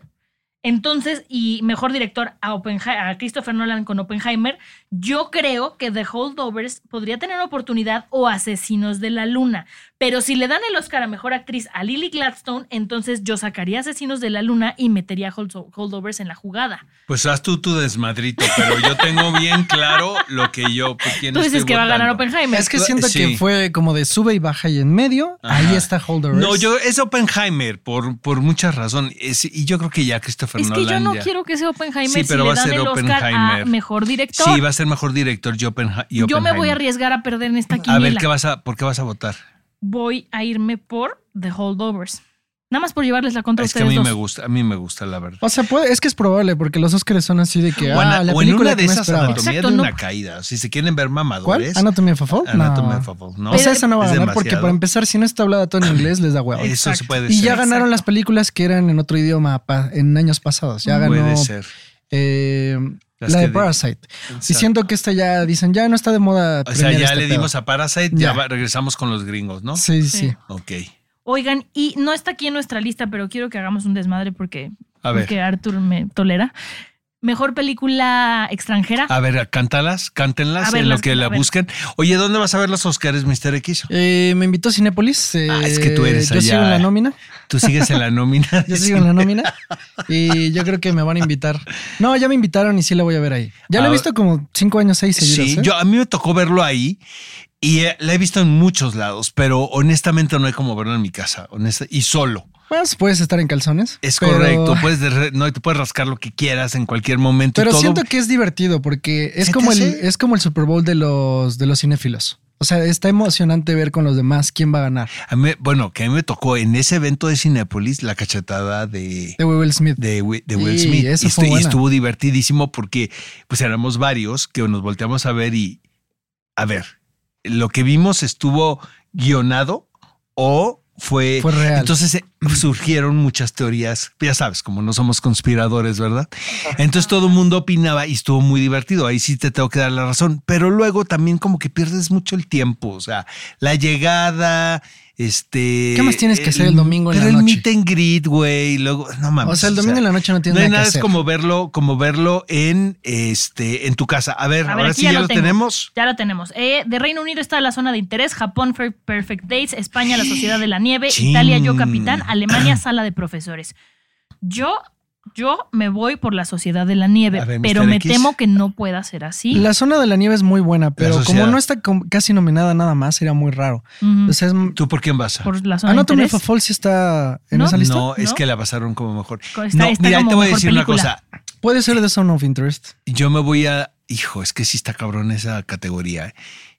entonces, y mejor director a, Oppenhei- a Christopher Nolan con Oppenheimer, yo creo que The Holdovers podría tener oportunidad o Asesinos de la Luna. Pero si le dan el Oscar a mejor actriz a Lily Gladstone, entonces yo sacaría Asesinos de la Luna y metería Holdo- Holdovers en la jugada. Pues haz tú tu desmadrito, pero yo tengo bien claro lo que yo. por quién Tú dices estoy que va a ganar votando. Oppenheimer. Es que siento Sí. que fue como de sube y baja y en medio. Ajá. Ahí está Holdovers. No, yo es Oppenheimer por, por muchas razones. Es- y yo creo que ya Christopher Es que Nolan yo no ya- quiero que sea Oppenheimer Sí, pero si va le a dan ser el Oscar a Oppenheimer. mejor director. Sí, va a ser mejor director yo Oppenha- y yo me voy a Oppenheimer. arriesgar a perder en esta A quiniela. ver, ¿qué vas a, ¿por qué vas a votar? Voy a irme por The Holdovers. Nada más por llevarles la contra a es que a ustedes mí dos. me gusta, a mí me gusta, la verdad. O sea, puede- es que es probable, porque los Oscars son así de que. o en, ah, la o en película una de que me esas esperaba. anatomía Exacto, de no. una caída. Si se quieren ver ¿Cuál? mamadores. ¿Anatomy of a Fall? Anatomy No. of a Fall, ¿no? O sea, esa no va a Es ganar porque demasiado. para empezar, si no está hablada todo en inglés, les da hueva. Eso Exacto. se puede Y ser. ya ganaron Exacto. las películas que eran en otro idioma pa- en años pasados. Ya ganó Puede ser. eh, Las la de que di- Parasite. Exacto. Y siento que esta ya dicen, ya no está de moda. O sea, premiar ya este le pedo. dimos a Parasite, Ya. ya, va- regresamos con los gringos, ¿no? Sí, sí. Sí. Ok. Oigan, y no está aquí en nuestra lista, pero quiero que hagamos un desmadre porque, A ver. porque Arthur me tolera. Mejor película extranjera. A ver, cántalas, cántenlas A ver, en lo las- que la a ver. busquen. Oye, ¿dónde vas a ver los Oscars, Mr. X? Eh, me invitó Cinépolis. eh, Ah, es que tú eres Yo allá. sigo en la nómina. Tú sigues en la nómina. Yo sigo en la nómina. Y yo creo que me van a invitar. No, ya me invitaron y sí la voy a ver ahí. Ya la Ah, he visto como cinco años, seis seguidas. Sí, ¿eh? yo, a mí me tocó verlo ahí y eh, la he visto en muchos lados, pero honestamente no hay como verlo en mi casa, honesta, y solo. Pues puedes estar en calzones. Es pero- correcto, puedes de re- no, te puedes rascar lo que quieras en cualquier momento. y Pero todo. siento que es divertido porque ¿Se es te como, el, hace? es como el Super Bowl de los, de los cinéfilos. O sea, está emocionante ver con los demás quién va a ganar. A mí- bueno, que a mí me tocó en ese evento de Cinepolis la cachetada de, De Will Smith. de, Wi- de Will Sí, Smith. esa y, fue estu- y buena. estuvo divertidísimo porque pues éramos varios que nos volteamos a ver y a ver, lo que vimos estuvo guionado o fue... Fue real. Entonces eh, surgieron muchas teorías, ya sabes, como no somos conspiradores, ¿verdad? Entonces todo el mundo opinaba y estuvo muy divertido, ahí sí te tengo que dar la razón, pero luego también como que pierdes mucho el tiempo, o sea, la llegada, este... ¿Qué más tienes que hacer el domingo en pero la el noche? meet and greet, güey, y luego, no mames. o sea, el domingo en la noche no No tiene hay nada nada, que es hacer. como verlo, como verlo en este, en tu casa. A ver, A ver, ahora aquí sí ya ya, lo lo tengo. tenemos. Ya lo tenemos. Eh, de Reino Unido está la zona de interés, Japón Fer- Perfect Dates, España la Sociedad de la Nieve, Chin. Italia Yo Capitán, Alemania Sala de Profesores. Yo yo me voy por la sociedad de la nieve, A ver, pero Mr. me X. temo que no pueda ser así. La zona de la nieve es muy buena, pero como sociedad. no está com- casi nominada nada más, sería muy raro. Ujú. O sea, es. ¿Tú por quién vas? a? por la Mm. zona de Anatomy interés. of a Fall sí está en ¿No? esa lista. No, es ¿No? que la pasaron como mejor. Está- no, está mira, ahí como te voy a mejor decir película. una cosa. Puede ser de Sound of Interest. Yo me voy a. Hijo, es que sí está cabrón esa categoría. ¿eh?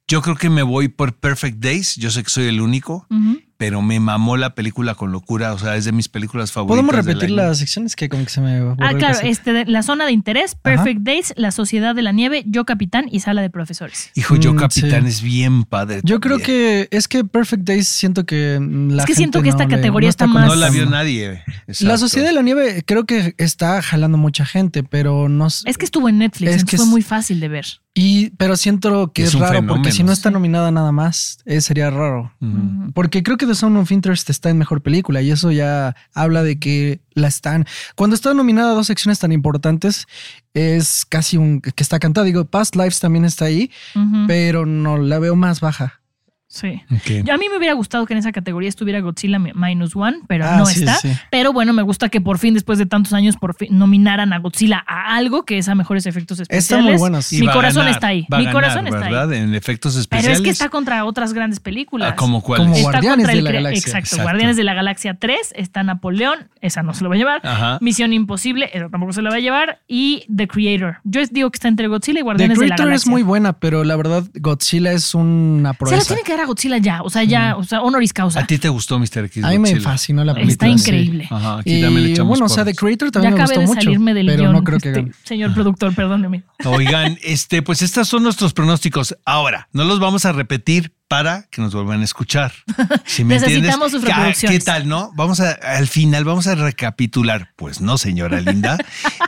Yo creo que me voy por Perfect Days. Yo sé que soy el único, Ujú. pero me mamó la película con locura. O sea, es de mis películas favoritas. Podemos del repetir año. las secciones que como que se me borró Ah, el claro, cassette. este, de- la zona de interés, Perfect Days, la sociedad de la nieve, yo capitán y sala de profesores. Hijo, yo Mm, Capitán sí. es bien padre. Yo creo también. que es que Perfect Days siento que mm, la Es que siento gente no que esta le- categoría está como más- No la vio tan- nadie. eh, La Exacto. Sociedad de la Nieve creo que está jalando mucha gente, pero no s- Es que estuvo en Netflix, Es entonces que fue es- muy fácil de ver. y pero siento que Es es, un raro porque si fenómeno. Mm. no está nominada nada más, eh, sería raro. Ujú. Porque creo que The Sound of Interest está en mejor película y eso ya habla de que la están. Cuando está nominada a dos secciones tan importantes, es casi un que está cantada. Digo, Past Lives también está ahí, Ujú. pero no la veo más baja. Sí. Ok. Yo- A mí me hubiera gustado que en esa categoría estuviera Godzilla mi- Minus One, pero Ah, no sí, está. sí. Pero bueno, me gusta que por fin, después de tantos años, por fin nominaran a Godzilla a algo que es a mejores efectos especiales. Está muy buena. Y sí. Mi va a corazón ganar, está ahí. va a Mi ganar, corazón está ahí. ¿verdad? En efectos Pero especiales. es que está contra otras grandes películas. Ah, ¿Como cuál? Como Está Guardianes contra de el la cre- Galaxia. Exacto, Exacto. Guardianes de la Galaxia 3, está Napoleón, esa no se lo va a llevar. Ajá. Misión Imposible, esa tampoco se la va a llevar. Y The Creator. Yo digo que está entre Godzilla y The Guardianes de la Creator Galaxia. es muy buena, pero la verdad Godzilla es una se la proeza. tiene que dar a Godzilla ya, o sea, ya, o sea, honoris ¿A causa. ti te gustó Mr. X? A mí me Godzilla? fascinó la A mí película. Está también. increíble. Ajá, aquí también le Y echamos bueno, o sea, The porras. Creator Ya también me acabé gustó de mucho, salirme del pero guión, no creo que este, gane. señor productor, perdóneme. Oigan, este, pues estos son nuestros pronósticos. Ahora, no los vamos a repetir para que nos vuelvan a escuchar. Si me Necesitamos sus entiendes, Ca- reproducciones. ¿Qué tal, no? Vamos a, al final vamos a recapitular. Pues no, señora linda.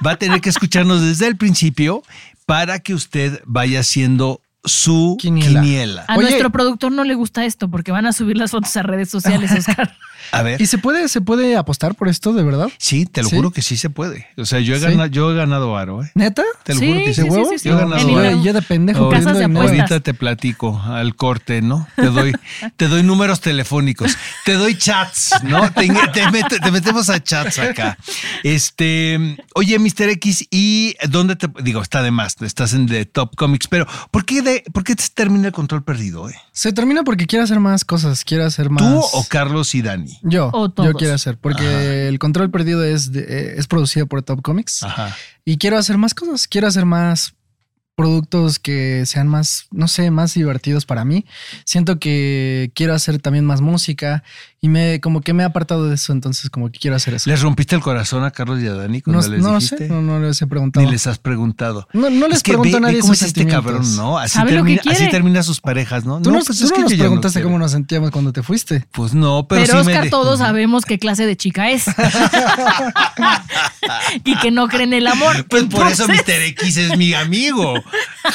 Va a tener que escucharnos desde el principio para que usted vaya haciendo su Quiniela. quiniela. A Oye. nuestro productor no le gusta esto porque van a subir las fotos a redes sociales, Oscar. A ver. ¿Y se puede, se puede apostar por esto, de verdad? Sí, te lo ¿Sí? juro que sí se puede. O sea, yo he ¿Sí? ganado, yo he ganado aro, ¿eh? ¿Neta? Te lo Sí, juro sí, que sí. sí, ¿Huevo? sí, sí. Yo he ganado En oro. el- Yo de pendejo. Casas perdiendo de dinero. apuestas. Ahorita te platico al corte, ¿no? Te doy, te doy números telefónicos, te doy chats, ¿no? Te, te mete- te metemos a chats acá. Este, oye, Mr. X, ¿y dónde te digo? Está de más, estás en The Top Comics, pero ¿por qué, de, por qué te termina el control perdido? Eh? Se termina porque quiere hacer más cosas, quiere hacer más. ¿Tú o Carlos y Dani? Yo, O todos. yo quiero hacer, porque el control perdido es, de- eh, es producido por Top Comics Ajá. y quiero hacer más cosas, quiero hacer más productos que sean más, no sé, más divertidos para mí. Siento que quiero hacer también más música y me como que me he apartado de eso, entonces como que quiero hacer eso. ¿Les rompiste el corazón a Carlos y a Dani No, cuando les no lo sé, dijiste? no, no les he preguntado. Ni les has preguntado. No, no les Es que pregunto ve- a nadie ve cómo sus es este cabrón, sentimientos. ¿no? Así Sabe lo que termina, así quiere. termina sus parejas, ¿no? Tú no, nos, pues tú es no que nos yo ya no preguntaste quiero. cómo nos sentíamos cuando te fuiste. Pues no, pero, Pero, sí me Oscar, de- todos sabemos qué clase de chica es. y que no cree en el amor. Pues por eso Entonces, Mr. X es mi amigo.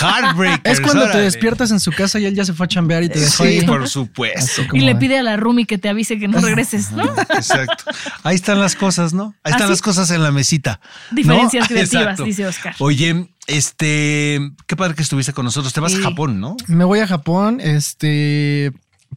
Heartbreaker. Es cuando te despiertas en su casa y él ya se fue a chambear y te dejó ahí. Pues Sí, por supuesto. Así Y como le de- pide a la Rumi que te avise que no regreses, ¿no? ¿Ah, Exacto. Ahí están las cosas, ¿no? Ahí están Así. las cosas en la mesita. ¿no? Diferencias creativas, Exacto. dice Oscar. Oye, este, qué padre que estuviste con nosotros. Te vas Sí. a Japón, ¿no? Me voy a Japón, este,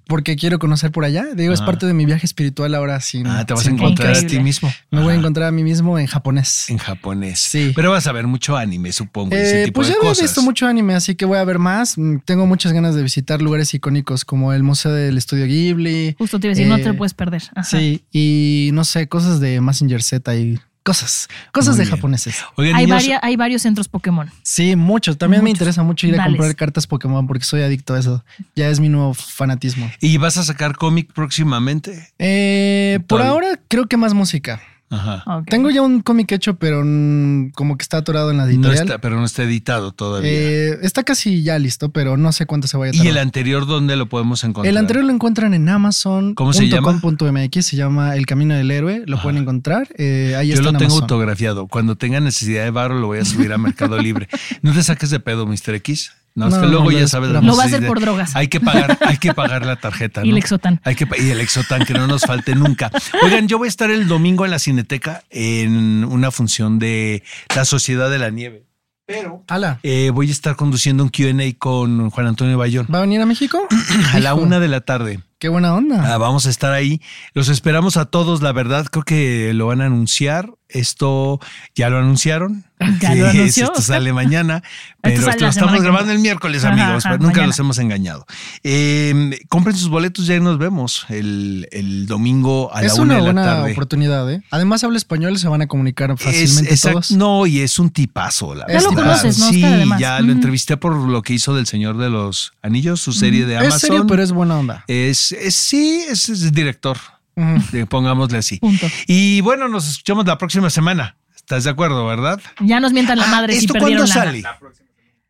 porque quiero conocer por allá. Digo, es Ah. parte de mi viaje espiritual ahora sí. Ah, te vas a sin- encontrar a Increíble. ti mismo. Me voy a Ajá, encontrar a mí mismo en japonés. en japonés. Sí. Pero vas a ver mucho anime, supongo. y Eh, ese tipo pues de ya había cosas. visto mucho anime, así que voy a ver más. Mm, Tengo muchas ganas de visitar lugares icónicos como el Museo del Estudio Ghibli. Justo te iba a decir, no te Eh, lo puedes perder. Ajá. Sí, y no sé, cosas de Massinger Z y cosas, cosas Muy de bien. japoneses. Oigan, Hay, niños, varia- hay varios centros Pokémon. Sí, mucho. También me Muchos. interesa mucho ir a Dales. comprar cartas Pokémon porque soy adicto a eso. Ya es mi nuevo fanatismo. ¿y vas a sacar cómic próximamente? Eh, por Todavía. ahora creo que más música. Ajá. Ok. Tengo ya un cómic hecho, pero mm, como que está atorado en la No editorial. está, pero no está editado todavía. Eh, está casi ya listo, pero no sé cuánto se vaya a tardar. ¿Y el anterior dónde lo podemos encontrar? El anterior lo encuentran en Amazon. ¿Cómo se llama? punto .mx, se llama El Camino del Héroe, lo pueden encontrar. eh, ahí Yo está lo en tengo Amazon. autografiado. Cuando tenga necesidad de barro lo voy a subir a Mercado Libre. No te saques de pedo, Mr. X. No, es No, que luego no, ya lo sabes. esperamos. Lo va a hacer necesidad. por drogas. Hay que pagar, hay que pagar la tarjeta. Y ¿no? el Exotan. Hay que, pa- y el exotan, que no nos falte nunca. Oigan, yo voy a estar el domingo en la Cineteca en una función de La Sociedad de la Nieve. Pero Ala, eh, voy a estar conduciendo un QA con Juan Antonio Bayón ¿va a venir a México? a la Hijo, una de la tarde. Qué buena onda. Ah, vamos a estar ahí. Los esperamos a todos, la verdad. Creo que lo van a anunciar. Esto ya lo anunciaron. Ya lo Sí, anunció. Esto sale mañana, pero Esto sale esto lo la semana estamos que grabando viene. el miércoles, Ajá, amigos, ajá, pero nunca mañana. los hemos engañado. Eh, compren sus boletos, ya nos vemos el, el domingo a la es una, una de la buena tarde. oportunidad, ¿eh? Además, habla español, se van a comunicar fácilmente exact- todos. No, y es un tipazo, la Ya lo verdad. conoces, ¿no? Sí, Oscar, además. ya Ujú. lo entrevisté por lo que hizo del Señor de los Anillos, su serie de Amazon. es serio, pero es buena onda. Es, es- sí, es, es director, Ujú. eh, pongámosle así. Punto. Y bueno, nos escuchamos la próxima semana. ¿Estás de acuerdo, verdad? Ya nos mientan la Ah, madre si ¿Esto perdieron cuándo la sale?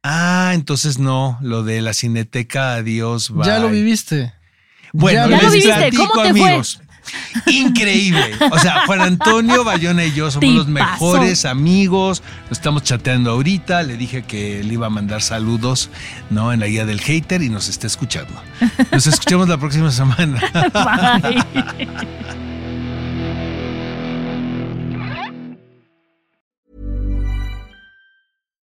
Ah, entonces no, lo de la cineteca, adiós, bye. Ya lo viviste. Bueno, Ya lo les viviste, platico, ¿cómo te fue? amigos. Increíble. O sea, Juan Antonio Bayona y yo somos los Tipazo. mejores amigos. Nos estamos chateando ahorita. Le dije que le iba a mandar saludos, ¿no? En la guía del hater y nos está escuchando. Nos escuchamos la próxima semana. Bye.